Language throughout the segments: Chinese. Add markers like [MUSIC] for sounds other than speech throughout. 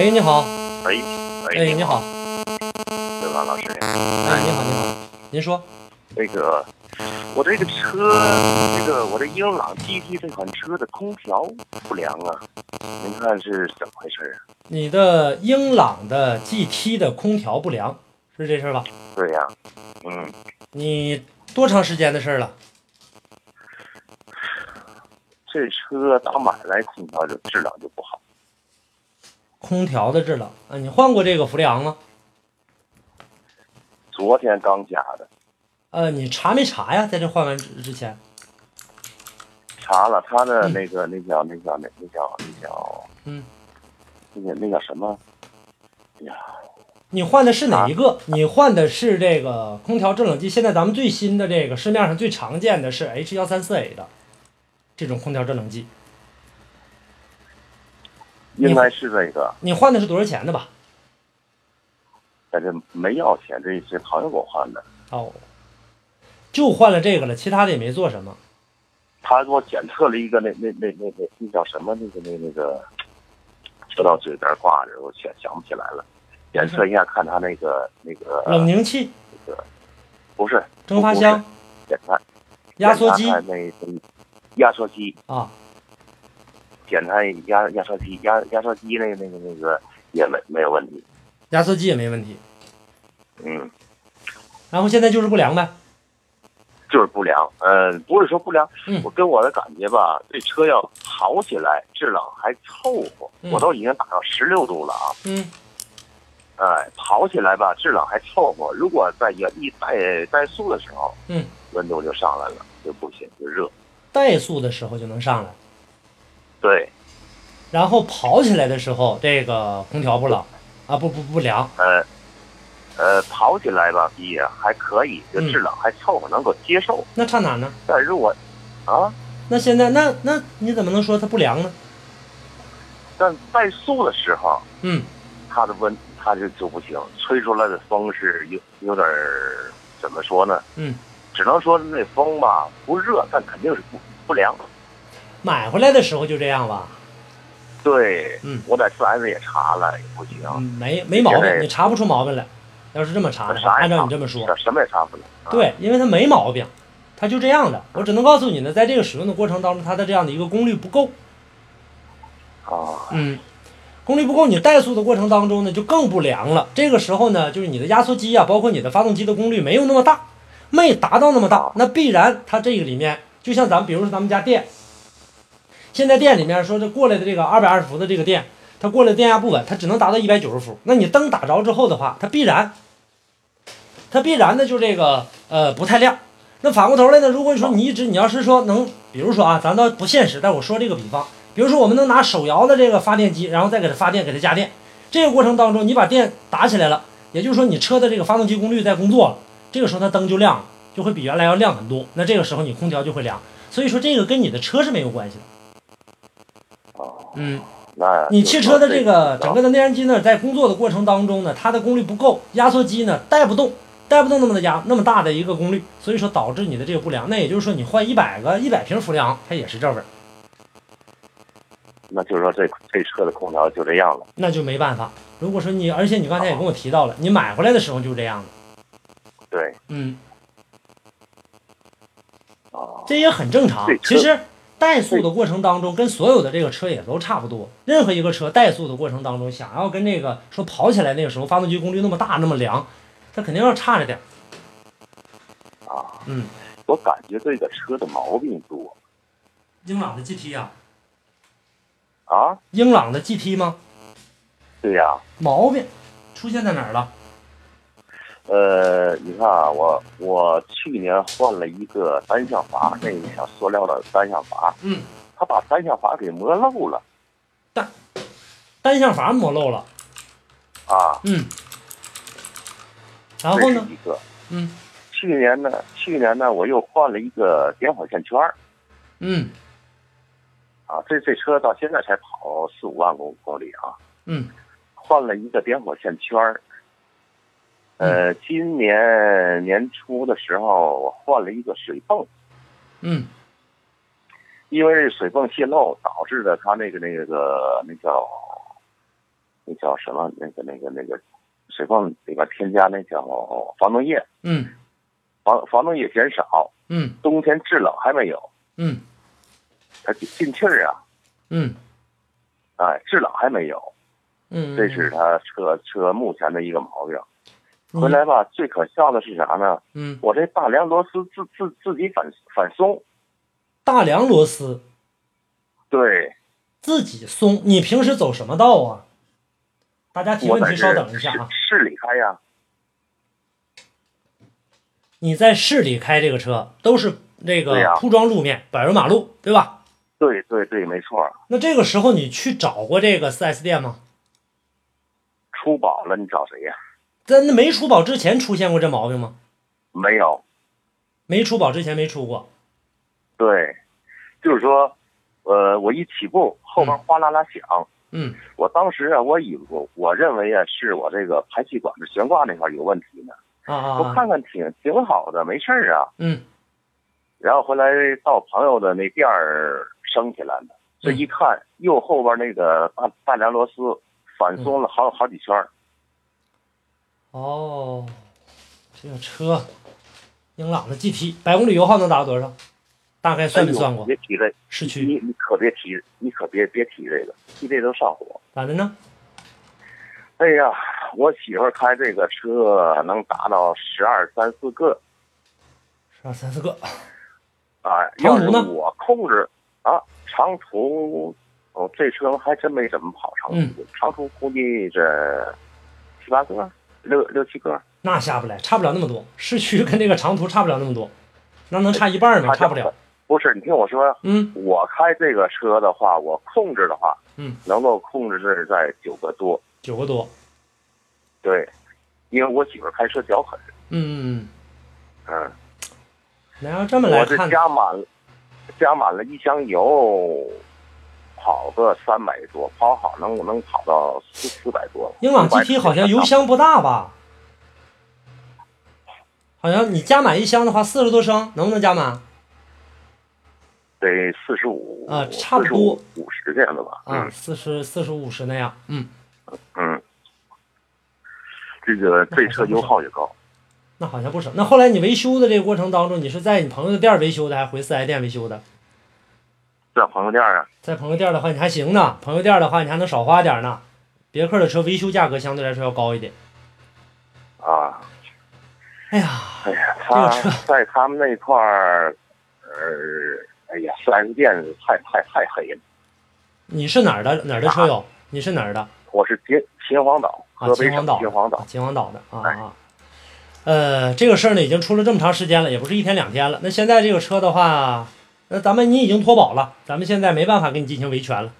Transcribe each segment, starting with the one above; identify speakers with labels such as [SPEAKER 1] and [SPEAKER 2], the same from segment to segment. [SPEAKER 1] 哎，你好，
[SPEAKER 2] 哎，
[SPEAKER 1] 哎，你
[SPEAKER 2] 你
[SPEAKER 1] 好，
[SPEAKER 2] 对吧，老师？
[SPEAKER 1] 哎，你好，你好，您说，
[SPEAKER 2] 那个，我这个车，这个我这英朗 GT 这款车的空调不良啊，您看是怎么回事儿啊？
[SPEAKER 1] 你的英朗的 GT 的空调不良是这事儿吧？
[SPEAKER 2] 对呀、嗯，
[SPEAKER 1] 你多长时间的事儿了？
[SPEAKER 2] 这车打买来空调就质量就不好，
[SPEAKER 1] 空调的质量啊，你换过这个氟利昂吗？
[SPEAKER 2] 昨天刚加的，
[SPEAKER 1] 呃，你查没查呀？在这换完之之前，
[SPEAKER 2] 查了它的
[SPEAKER 1] 嗯
[SPEAKER 2] 那个那叫那叫那那叫那叫，
[SPEAKER 1] 嗯，
[SPEAKER 2] 那叫那叫什么？哎呀，
[SPEAKER 1] 你换的是哪一个？你换的是这个空调制冷剂。现在咱们最新的这个市面上最常见的是 H 幺三四 A 的这种空调制冷剂，
[SPEAKER 2] 应该是这个，
[SPEAKER 1] 你换的是多少钱的吧？
[SPEAKER 2] 但是没要钱，这是朋友给我换的，
[SPEAKER 1] 哦，就换了这个了，其他的也没做什么。
[SPEAKER 2] 他给我检测了一个那那那那那那叫什么那个那那个，说到嘴边挂着，我想想不起来了。检测一下，看他那个那个
[SPEAKER 1] 冷凝器、
[SPEAKER 2] 那个，不是
[SPEAKER 1] 蒸发箱、
[SPEAKER 2] 不是检查
[SPEAKER 1] 压缩机
[SPEAKER 2] 检查那那压缩机
[SPEAKER 1] 啊，
[SPEAKER 2] 检查压压缩机压压缩机那个那个那个也没没有问题，
[SPEAKER 1] 压缩机也没问题。
[SPEAKER 2] 嗯，
[SPEAKER 1] 然后现在就是不良呗。
[SPEAKER 2] 就是不良，嗯、不是说不良，
[SPEAKER 1] 嗯
[SPEAKER 2] 我跟我的感觉吧，这车要好起来，质量还凑合，
[SPEAKER 1] 嗯
[SPEAKER 2] 我都已经打到十六度了啊。
[SPEAKER 1] 嗯，
[SPEAKER 2] 哎，跑起来吧，质量还凑合。如果在原地怠怠速的时候，
[SPEAKER 1] 嗯，
[SPEAKER 2] 温度就上来了，就不行，就热。
[SPEAKER 1] 怠速的时候就能上来，
[SPEAKER 2] 对，
[SPEAKER 1] 然后跑起来的时候这个空调不冷啊，不不不凉。
[SPEAKER 2] 呃，呃，跑起来吧，也还可以，就
[SPEAKER 1] 嗯
[SPEAKER 2] 质量还凑合，能够接受。
[SPEAKER 1] 那差哪呢？
[SPEAKER 2] 但如果，啊，
[SPEAKER 1] 那现在那那你怎么能说它不凉呢？
[SPEAKER 2] 但怠速的时候，
[SPEAKER 1] 嗯，
[SPEAKER 2] 它的温它就就不行，吹出来的风是有有点儿怎么说呢？
[SPEAKER 1] 嗯，
[SPEAKER 2] 只能说那风吧不热，但肯定是不不凉。
[SPEAKER 1] 买回来的时候就这样吧。
[SPEAKER 2] 对，
[SPEAKER 1] 嗯
[SPEAKER 2] 我在四 S 也查了，也不行。
[SPEAKER 1] 嗯，没没毛
[SPEAKER 2] 现在
[SPEAKER 1] 病，你查不出毛病来。要是这么查的话，
[SPEAKER 2] 啥也
[SPEAKER 1] 按照
[SPEAKER 2] 查
[SPEAKER 1] 你
[SPEAKER 2] 不
[SPEAKER 1] 这么说，
[SPEAKER 2] 什什么也查不了。啊，
[SPEAKER 1] 对，因为它没毛病，它就这样的。我只能告诉你呢，在这个使用的过程当中，它的这样的一个功率不够。
[SPEAKER 2] 啊，
[SPEAKER 1] 嗯，功率不够，你怠速的过程当中呢，就更不良了。这个时候呢，就是你的压缩机啊，包括你的发动机的功率没有那么大，没达到那么大，那必然它这个里面，就像咱们，比如说咱们家电，现在店里面说这过来的这个二百二十伏的这个电，它过来的电压不稳，它只能达到一百九十伏。那你灯打着之后的话，它必然，它必然的就这个呃不太亮。那反过头来呢，如果你说你一直你要是说能，比如说啊，咱倒不现实，但我说这个比方，比如说我们能拿手摇的这个发电机，然后再给它发电，给它加电，这个过程当中你把电打起来了，也就是说你车的这个发动机功率在工作了，这个时候它灯就亮了，就会比原来要亮很多。那这个时候你空调就会凉，所以说这个跟你的车是没有关系的。
[SPEAKER 2] 哦，
[SPEAKER 1] 嗯，
[SPEAKER 2] 那
[SPEAKER 1] 你汽车的这个整个
[SPEAKER 2] 的
[SPEAKER 1] 的内燃机呢，在工作的过程当中呢，它的功率不够，压缩机呢带不动，带不动那么的压那么大的一个功率，所以说导致你的这个不良。那也就是说，你换一百个一百瓶氟利昂，它也是这味儿，
[SPEAKER 2] 啊那就是说这这车的空调就这样了。
[SPEAKER 1] 那就没办法。如果说你，而且你刚才也跟我提到了，你买回来的时候就这样的，
[SPEAKER 2] 对，
[SPEAKER 1] 嗯，
[SPEAKER 2] 哦，
[SPEAKER 1] 这也很正常
[SPEAKER 2] 对。
[SPEAKER 1] 其
[SPEAKER 2] 车
[SPEAKER 1] 实怠速的过程当中，跟所有的这个车也都差不多。任何一个车怠速的过程当中，想要跟这个说跑起来那个时候发动机功率那么大那么凉，它肯定要差着点儿。
[SPEAKER 2] 啊，
[SPEAKER 1] 嗯，
[SPEAKER 2] 我感觉这个车的毛病多
[SPEAKER 1] 英朗的 GT 啊，
[SPEAKER 2] 啊。
[SPEAKER 1] 英朗的 GT 吗？
[SPEAKER 2] 对呀、
[SPEAKER 1] 毛病出现在哪儿了？
[SPEAKER 2] 呃，你看啊，我我去年换了一个单向阀，那个小塑料的单向阀，
[SPEAKER 1] 嗯，
[SPEAKER 2] 它把单向阀给磨漏了
[SPEAKER 1] 单向阀磨漏了。
[SPEAKER 2] 啊。
[SPEAKER 1] 嗯。然后
[SPEAKER 2] 这
[SPEAKER 1] 呢？
[SPEAKER 2] 是一个。
[SPEAKER 1] 嗯
[SPEAKER 2] 去年呢，去年呢，我又换了一个点火线圈儿。
[SPEAKER 1] 嗯
[SPEAKER 2] 啊，这这车到现在才跑四五万公公里啊，
[SPEAKER 1] 嗯
[SPEAKER 2] 换了一个点火线圈儿。
[SPEAKER 1] 嗯
[SPEAKER 2] 呃，今年年初的时候，我换了一个水泵，
[SPEAKER 1] 嗯
[SPEAKER 2] 因为水泵泄漏导致的它那个那个那叫那叫什么那个那个那个水泵里边添加那叫防冻液，
[SPEAKER 1] 嗯
[SPEAKER 2] 防防冻液减少，
[SPEAKER 1] 嗯
[SPEAKER 2] 冬天制冷还没有，
[SPEAKER 1] 嗯
[SPEAKER 2] 它进进气儿啊，
[SPEAKER 1] 嗯
[SPEAKER 2] 哎，制冷还没有，
[SPEAKER 1] 嗯，
[SPEAKER 2] 这是它车车目前的一个毛病。
[SPEAKER 1] 嗯
[SPEAKER 2] 回来吧，最可笑的是啥呢？
[SPEAKER 1] 嗯
[SPEAKER 2] 我这大梁螺丝自自自己反反松，
[SPEAKER 1] 大梁螺丝
[SPEAKER 2] 对
[SPEAKER 1] 自己松，你平时走什么道啊？大家提
[SPEAKER 2] 我
[SPEAKER 1] 问
[SPEAKER 2] 在
[SPEAKER 1] 题
[SPEAKER 2] 这
[SPEAKER 1] 稍等一下啊，
[SPEAKER 2] 市市里开呀，
[SPEAKER 1] 你在市里开这个车都是那
[SPEAKER 2] 对
[SPEAKER 1] 个
[SPEAKER 2] 呀
[SPEAKER 1] 铺装路面、柏油马路，对吧？
[SPEAKER 2] 对对对，没错儿，
[SPEAKER 1] 那这个时候你去找过这个 4S 店吗？
[SPEAKER 2] 出保了，你找谁呀？
[SPEAKER 1] 咱没出保之前出现过这毛病吗？
[SPEAKER 2] 没有，
[SPEAKER 1] 没出保之前没出过。
[SPEAKER 2] 对，就是说，呃，我一起步，后边哗啦啦响，
[SPEAKER 1] 嗯
[SPEAKER 2] 我当时啊，我以我我认为啊，是我这个排气管子悬挂那块儿有问题呢，
[SPEAKER 1] 啊啊
[SPEAKER 2] 我
[SPEAKER 1] 啊，
[SPEAKER 2] 看看挺挺好的，没事儿啊。
[SPEAKER 1] 嗯
[SPEAKER 2] 然后后来到朋友的那店儿升起来了，
[SPEAKER 1] 嗯
[SPEAKER 2] 这一看右后边那个大大梁螺丝反
[SPEAKER 1] 嗯
[SPEAKER 2] 松了好好几圈儿，
[SPEAKER 1] 哦，这个车，英朗的 GT 百公里油耗能达到多少？大概算没算过嗯
[SPEAKER 2] 哎呦？别提这，
[SPEAKER 1] 市
[SPEAKER 2] 你
[SPEAKER 1] 区
[SPEAKER 2] 你可别提，你可别别提这个，提这都上火。
[SPEAKER 1] 咋的呢？
[SPEAKER 2] 哎呀，我媳妇儿开这个车能达到十二三四个
[SPEAKER 1] 十二三四个，
[SPEAKER 2] 啊！
[SPEAKER 1] 长
[SPEAKER 2] 要
[SPEAKER 1] 途
[SPEAKER 2] 是
[SPEAKER 1] 呢
[SPEAKER 2] 我控制啊，长途哦，这车还真没怎么跑长
[SPEAKER 1] 嗯
[SPEAKER 2] 途，长途估计这七八个，六六七个，
[SPEAKER 1] 那下不来，差不了那么多。市区跟这个长途差不了那么多，那能差一半嗯吗？差不了。。
[SPEAKER 2] 不是，你听我说，
[SPEAKER 1] 嗯
[SPEAKER 2] 我开这个车的话，我控制的话，
[SPEAKER 1] 嗯，
[SPEAKER 2] 能够控制是在九个多，
[SPEAKER 1] 九个多。
[SPEAKER 2] 对，因为我媳妇儿开车脚狠，
[SPEAKER 1] 嗯，
[SPEAKER 2] 嗯，
[SPEAKER 1] 你要这么来
[SPEAKER 2] 我这
[SPEAKER 1] 看，
[SPEAKER 2] 加满了，加满了一箱油，跑个三百多，跑好能能跑到四四百多。
[SPEAKER 1] 英朗
[SPEAKER 2] 四百
[SPEAKER 1] GT 好像油箱不大吧？好像你加满一箱的话，四十多升，能不能加满？
[SPEAKER 2] 得四十五
[SPEAKER 1] 啊差不多
[SPEAKER 2] 五十这样的吧，
[SPEAKER 1] 啊，四十四十五十那样。嗯，
[SPEAKER 2] 嗯嗯，这个这车油耗也高。
[SPEAKER 1] 那好像不少。那后来你维修的这个过程当中，你是在你朋友的店儿维修的，还是回四 S 店维修的？
[SPEAKER 2] 在朋友店啊，
[SPEAKER 1] 在朋友店儿的话，你还行呢；朋友店儿的话，你还能少花点儿呢。别克的车维修价格相对来说要高一点。
[SPEAKER 2] 啊，
[SPEAKER 1] 哎呀，
[SPEAKER 2] 哎呀，
[SPEAKER 1] 这个
[SPEAKER 2] 他
[SPEAKER 1] 车
[SPEAKER 2] 在他们那块儿，呃，哎呀，四 S 店太太太黑了。
[SPEAKER 1] 你是哪儿的？哪儿的车友？你是哪儿的？
[SPEAKER 2] 我是秦秦皇岛，
[SPEAKER 1] 啊，
[SPEAKER 2] 啊河
[SPEAKER 1] 秦
[SPEAKER 2] 北
[SPEAKER 1] 皇
[SPEAKER 2] 省
[SPEAKER 1] 岛，
[SPEAKER 2] 秦皇
[SPEAKER 1] 啊
[SPEAKER 2] 岛，
[SPEAKER 1] 秦皇岛的啊
[SPEAKER 2] 哎
[SPEAKER 1] 啊。呃，这个事儿呢，已经出了这么长时间了，也不是一天两天了。那现在这个车的话，那咱们你已经脱保了，咱们现在没办法给你进行维权了。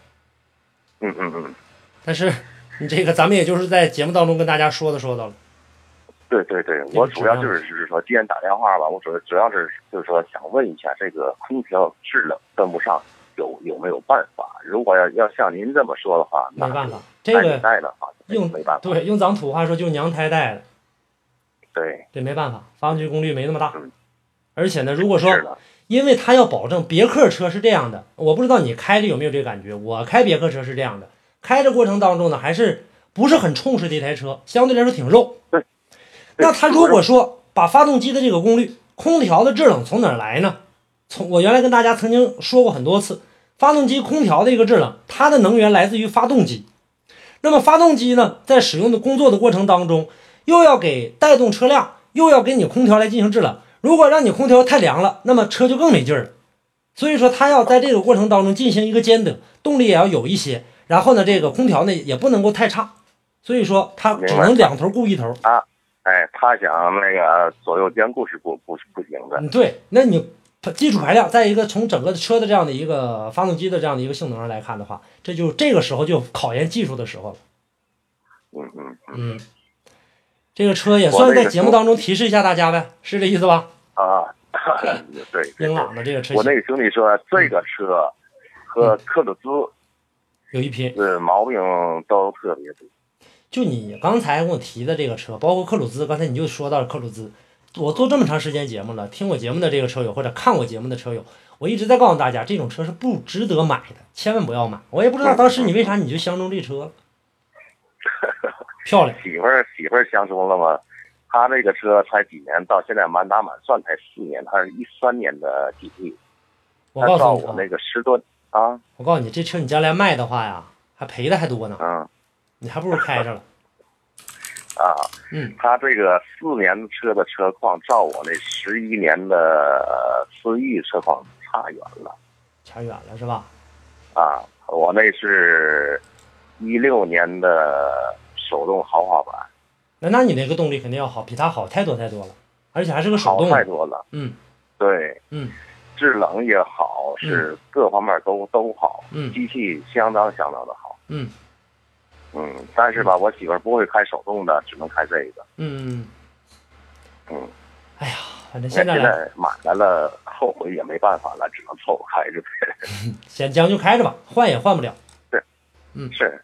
[SPEAKER 2] 嗯嗯嗯，
[SPEAKER 1] 但是你这个，咱们也就是在节目当中跟大家说的说到了。
[SPEAKER 2] 对对对，我主要就是就是说，既然打电话吧，我主要主要是就是说想问一下，这个空调制冷跟不上，有有没有办法？如果要要像您这么说的话，那哎
[SPEAKER 1] 没办法，这
[SPEAKER 2] 那你
[SPEAKER 1] 个
[SPEAKER 2] 带的话，没
[SPEAKER 1] 用
[SPEAKER 2] 没办法，
[SPEAKER 1] 对用咱们土话说就是娘胎带的，
[SPEAKER 2] 对，
[SPEAKER 1] 这没办法，发动机功率没那么大
[SPEAKER 2] 嗯。
[SPEAKER 1] 而且呢，如果说
[SPEAKER 2] 是的，
[SPEAKER 1] 因为他要保证别克车是这样的，我不知道你开的有没有这感觉。我开别克车是这样的，开的过程当中呢，还是不是很重视这台车，相对来说挺肉。
[SPEAKER 2] 对
[SPEAKER 1] 那他如果说把发动机的这个功率、空调的制冷从哪儿来呢？从我原来跟大家曾经说过很多次，发动机、空调的一个制冷，它的能源来自于发动机。那么发动机呢，在使用的工作的过程当中，又要给带动车辆，又要给你空调来进行制冷。如果让你空调太凉了，那么车就更没劲儿了。所以说，它要在这个过程当中进行一个兼得，动力也要有一些，然后呢，这个空调呢也不能够太差。所以说，它只能两头顾一头。
[SPEAKER 2] 哎，他想那个左右兼顾是不不不行的，
[SPEAKER 1] 嗯，对，那你基础排量，在一个从整个车的这样的一个发动机的这样的一个性能上来看的话，这就这个时候就考验技术的时候了。
[SPEAKER 2] 嗯嗯
[SPEAKER 1] 嗯，这个车也算
[SPEAKER 2] 我那
[SPEAKER 1] 在
[SPEAKER 2] 个
[SPEAKER 1] 节目当中提示一下大家呗，是这意思吧？
[SPEAKER 2] 啊， [LAUGHS] 对对
[SPEAKER 1] 英嗯
[SPEAKER 2] 对。
[SPEAKER 1] 朗的这个车
[SPEAKER 2] 我那
[SPEAKER 1] 型
[SPEAKER 2] 个兄弟说，这个车和克鲁兹
[SPEAKER 1] 有一拼，
[SPEAKER 2] 的毛病都特别多。
[SPEAKER 1] 就你刚才跟我提的这个车，包括克鲁兹，刚才你就说到了克鲁兹。我做这么长时间节目了，听我节目的这个车友或者看我节目的车友，我一直在告诉大家，这种车
[SPEAKER 2] [LAUGHS]
[SPEAKER 1] 是不值得买的，千万不要买。我也不知道当时你为啥你就相中这车了。漂亮，
[SPEAKER 2] 媳妇儿媳妇儿相中了吗？他那个车才几年，到现在满打满算才四年，他是一三年的底地，
[SPEAKER 1] 我告
[SPEAKER 2] 他照
[SPEAKER 1] 诉你
[SPEAKER 2] 我
[SPEAKER 1] 啊，
[SPEAKER 2] 那个十多啊，
[SPEAKER 1] 我告诉你，这车你将来卖的话呀，还赔的还多呢，
[SPEAKER 2] 嗯
[SPEAKER 1] 你还不如开着了。
[SPEAKER 2] 啊，
[SPEAKER 1] 嗯，
[SPEAKER 2] 他这个四年车的车况，照我那十一年的思域车况差远了
[SPEAKER 1] 差远了是吧？
[SPEAKER 2] 啊！我那是一六年的手动豪华版，
[SPEAKER 1] 那那你那个动力肯定要好，比它好太多太多了，而且还是个手
[SPEAKER 2] 好
[SPEAKER 1] 动
[SPEAKER 2] 太
[SPEAKER 1] 的。
[SPEAKER 2] 多了。
[SPEAKER 1] 嗯
[SPEAKER 2] 对，
[SPEAKER 1] 嗯
[SPEAKER 2] 制冷也好，是各方面都都好，
[SPEAKER 1] 嗯
[SPEAKER 2] 机器相当相当的好。
[SPEAKER 1] 嗯
[SPEAKER 2] 嗯，但是吧，我媳妇儿不会开手动的，只能开这个。
[SPEAKER 1] 嗯
[SPEAKER 2] 嗯，哎
[SPEAKER 1] 哎呀，反正
[SPEAKER 2] 现
[SPEAKER 1] 现在来
[SPEAKER 2] 在买来了，后悔也没办法了，只能凑合开着呗。
[SPEAKER 1] 先将就开着吧，换也换不了。嗯
[SPEAKER 2] [LAUGHS] 是，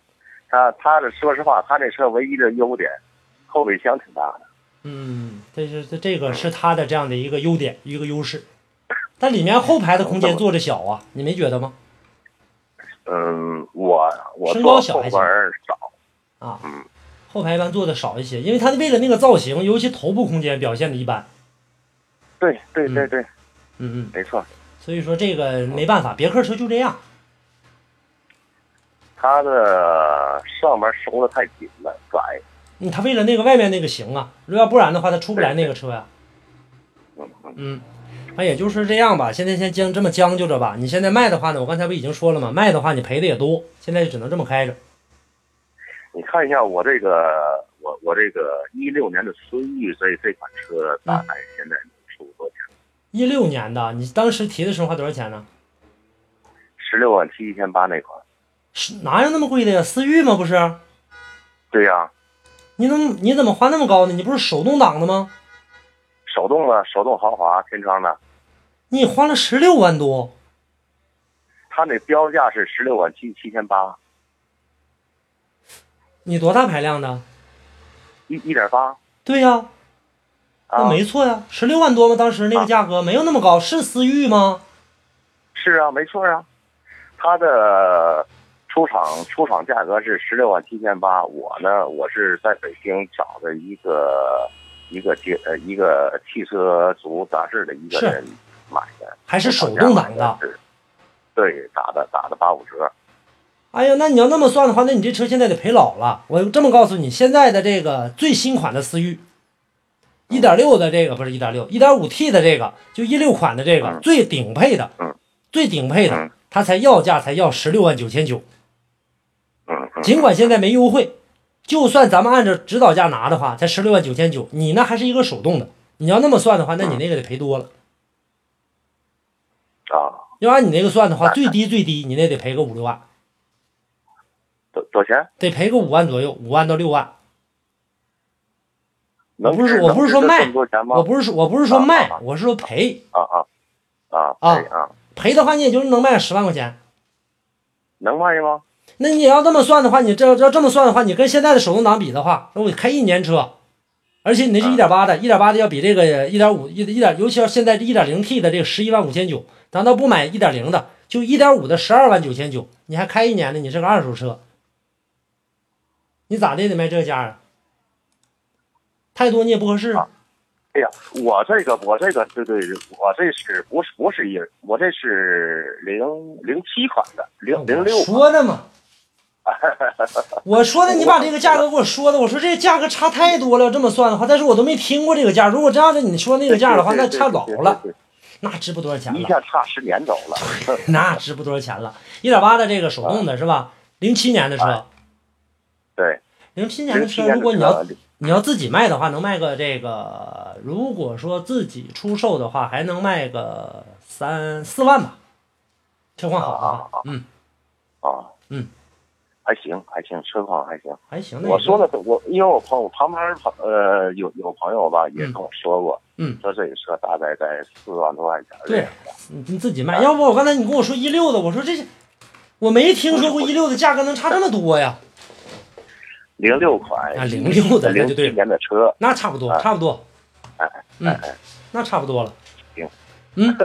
[SPEAKER 2] 他他的说实话，他这车唯一的优点，后备箱挺大的。
[SPEAKER 1] 嗯，这是这这个是它的这样的一个优点，一个优势。但里面后排的空间坐着小啊，你没觉得吗？
[SPEAKER 2] 嗯，我我
[SPEAKER 1] 身高
[SPEAKER 2] 坐
[SPEAKER 1] 小
[SPEAKER 2] 后
[SPEAKER 1] 还
[SPEAKER 2] 门儿少，
[SPEAKER 1] 啊，
[SPEAKER 2] 嗯
[SPEAKER 1] 后排一般坐的少一些，因为它为了那个造型，尤其头部空间表现的一般。
[SPEAKER 2] 对对对对，
[SPEAKER 1] 嗯嗯，
[SPEAKER 2] 没错。
[SPEAKER 1] 所以说这个没办法，别克车就这样。
[SPEAKER 2] 他的上面收的太紧了，窄。
[SPEAKER 1] 嗯，他为了那个外面那个型啊，如果要不然的话，他出不来那个车呀、
[SPEAKER 2] 嗯嗯
[SPEAKER 1] 嗯，那也就是这样吧。现在先将这么将就着吧。你现在卖的话呢，我刚才不已经说了吗？卖的话你赔的也多，现在就只能这么开着。
[SPEAKER 2] 你看一下我这个，我我这个一六年的思域这这款车，大概现在能出多少钱？
[SPEAKER 1] 一六年的，你当时提的时候花多少钱呢？
[SPEAKER 2] 十六万七千八那款。
[SPEAKER 1] 是哪有那么贵的呀？思域吗？不是？
[SPEAKER 2] 对呀、
[SPEAKER 1] 你怎么你怎么花那么高呢？你不是手动挡的吗？
[SPEAKER 2] 手动的，手动豪华天窗的，
[SPEAKER 1] 你花了十六万多，
[SPEAKER 2] 它那标价是十六万七七千八，
[SPEAKER 1] 你多大排量的？
[SPEAKER 2] 一一点八
[SPEAKER 1] 对呀、那
[SPEAKER 2] 啊，
[SPEAKER 1] 没错呀，十六万多吗？当时那个价格、没有那么高，是思域吗？
[SPEAKER 2] 是啊，没错啊，它的出厂出厂价格是十六万七千八，我呢，我是在北京找的一个一个节呃一个汽车族杂志的一个
[SPEAKER 1] 是
[SPEAKER 2] 人买的，
[SPEAKER 1] 还是手动挡的？
[SPEAKER 2] 是，对，打的打的八五折，
[SPEAKER 1] 哎呀，那你要那么算的话，那你这车现在得赔老了。我这么告诉你，现在的这个最新款的思域，一点六的这个不是一点六，一点五 T 的这个，就一六款的这个
[SPEAKER 2] 嗯
[SPEAKER 1] 最顶配的
[SPEAKER 2] 嗯，
[SPEAKER 1] 最顶配的
[SPEAKER 2] 嗯，
[SPEAKER 1] 它才要价才要十六万九千九。
[SPEAKER 2] 嗯嗯，
[SPEAKER 1] 尽管现在没优惠，就算咱们按照指导价拿的话，才十六万九千九，你那还是一个手动的。你要那么算的话，那你那个得赔多了。
[SPEAKER 2] 啊，
[SPEAKER 1] 要按你那个算
[SPEAKER 2] 哎
[SPEAKER 1] 的话，最低最低你那得赔个五六万，
[SPEAKER 2] 多多少钱？
[SPEAKER 1] 得赔个五万左右，五万到六万。
[SPEAKER 2] 能
[SPEAKER 1] 我不是
[SPEAKER 2] 值
[SPEAKER 1] 我不是说
[SPEAKER 2] 能值
[SPEAKER 1] 卖
[SPEAKER 2] 这么多钱吗？
[SPEAKER 1] 我不是说我不是说卖
[SPEAKER 2] 啊啊，
[SPEAKER 1] 我是说赔。
[SPEAKER 2] 啊啊啊
[SPEAKER 1] 啊
[SPEAKER 2] 对啊，
[SPEAKER 1] 赔的话，你也就是能卖十万块钱。
[SPEAKER 2] 能卖吗？
[SPEAKER 1] 那你要这么算的话，你这要这么算的话，你跟现在的手动挡比的话，那我开一年车，而且你那是一点八的，一点八的要比这个一点五一一点，尤其要现在这一点零 T 的这个十一万五千九，难道不买一点零的，就一点五的十二万九千九，你还开一年呢？你是个二手车，你咋的也得卖这价啊？太多你也不合适啊。
[SPEAKER 2] 哎呀，我这个我这个对对，我这是不是不是一，我这是零零七款的，零零六
[SPEAKER 1] 我说的嘛，我说的，你把这个价格给我说的，我说这个价格差太多了，这么算的话，但是我都没听过这个价。如果这样子你说那个价的话，那差老了，，
[SPEAKER 2] 对对对对对
[SPEAKER 1] 那值不多少钱
[SPEAKER 2] 对对一
[SPEAKER 1] 了？
[SPEAKER 2] 下差十年走了。
[SPEAKER 1] 那值不多少钱了？一点八的这个手动
[SPEAKER 2] 啊
[SPEAKER 1] 的是吧？零七年的车，
[SPEAKER 2] 对，
[SPEAKER 1] 零七年的
[SPEAKER 2] 啊零七
[SPEAKER 1] 车，
[SPEAKER 2] 年
[SPEAKER 1] 如
[SPEAKER 2] 的
[SPEAKER 1] 果你要
[SPEAKER 2] 车啊
[SPEAKER 1] 你要自己卖的话，能卖个这个，如果说自己出售的话，还能卖个三四万吧，车况好的话，嗯，
[SPEAKER 2] 啊，
[SPEAKER 1] 嗯，
[SPEAKER 2] 还行还行，车况还行。
[SPEAKER 1] 还行。那
[SPEAKER 2] 我
[SPEAKER 1] 也
[SPEAKER 2] 说
[SPEAKER 1] 就
[SPEAKER 2] 了，我因为我朋友旁边朋呃有有朋友吧，也
[SPEAKER 1] 嗯
[SPEAKER 2] 跟我说过，
[SPEAKER 1] 嗯
[SPEAKER 2] 说这个车大概在四万多块钱。
[SPEAKER 1] 对，你你自己
[SPEAKER 2] 啊
[SPEAKER 1] 卖，要不我刚才你跟我说一六的，我说这是我没听说过一六的价格能差这么多
[SPEAKER 2] 啊
[SPEAKER 1] 呀。
[SPEAKER 2] 零六款
[SPEAKER 1] 啊06的那
[SPEAKER 2] 零
[SPEAKER 1] 就对
[SPEAKER 2] 七
[SPEAKER 1] 了
[SPEAKER 2] 年的车，
[SPEAKER 1] 那差不多，
[SPEAKER 2] 哎
[SPEAKER 1] 差不多，
[SPEAKER 2] 哎
[SPEAKER 1] 嗯，那差不多了
[SPEAKER 2] 行。 [LAUGHS]
[SPEAKER 1] 嗯，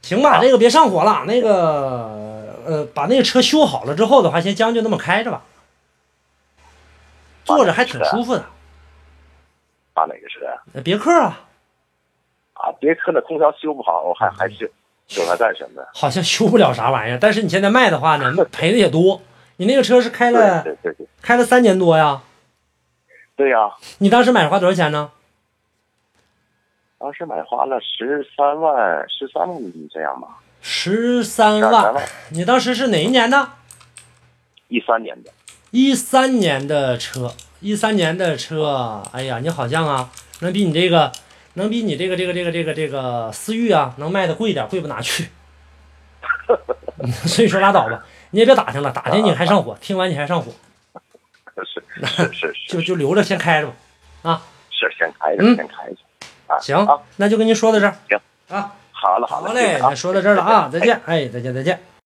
[SPEAKER 1] 行吧，这个别上火了。那个呃，把那个车修好了之后的话，先将就那么开着吧。坐着还挺舒服的。
[SPEAKER 2] 搭哪个车啊？
[SPEAKER 1] 呃别克啊，
[SPEAKER 2] 啊，别克那空调修不好，我
[SPEAKER 1] 嗯
[SPEAKER 2] 还还修修它干什么？
[SPEAKER 1] 好像修不了啥玩意儿，但是你现在卖的话呢，赔的也多。你那个车是开
[SPEAKER 2] 对
[SPEAKER 1] 了
[SPEAKER 2] 对对对
[SPEAKER 1] 开了三年多呀？
[SPEAKER 2] 对呀、
[SPEAKER 1] 你当时买花多少钱呢？
[SPEAKER 2] 当时买花了十三万，十三万这样吧，
[SPEAKER 1] 十三万。你当时是哪一年的？
[SPEAKER 2] 一三年的，
[SPEAKER 1] 一三年的车，一三年的车。哎呀，你好像啊，能比你这个，能比你这个这个这个这个这个思域啊，能卖的贵一点，贵不哪去？ [LAUGHS] 所以说拉倒吧，你也别打听了，打听你还上火，听完你还上火， [LAUGHS]
[SPEAKER 2] 是是是是
[SPEAKER 1] 就就留着先开着吧。
[SPEAKER 2] 是，先开着，
[SPEAKER 1] 嗯
[SPEAKER 2] 先开着，啊，
[SPEAKER 1] 行
[SPEAKER 2] 啊，，
[SPEAKER 1] 那就跟您说到这儿。
[SPEAKER 2] 行
[SPEAKER 1] 啊，
[SPEAKER 2] 好了
[SPEAKER 1] 好
[SPEAKER 2] 了，
[SPEAKER 1] 嘞，
[SPEAKER 2] 啊
[SPEAKER 1] 那说到这儿了啊，再见，哎，再见，再见。